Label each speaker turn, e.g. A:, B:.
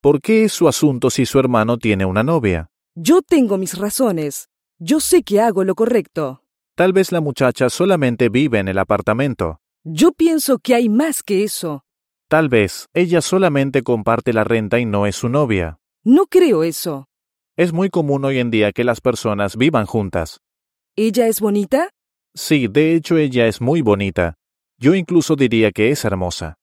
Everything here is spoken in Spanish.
A: ¿Por qué es su asunto si su hermano tiene una novia?
B: Yo tengo mis razones. Yo sé que hago lo correcto.
A: Tal vez la muchacha solamente vive en el apartamento.
B: Yo pienso que hay más que eso.
A: Tal vez ella solamente comparte la renta y no es su novia.
B: No creo eso.
A: Es muy común hoy en día que las personas vivan juntas.
B: ¿Ella es bonita?
A: Sí, de hecho ella es muy bonita. Yo incluso diría que es hermosa.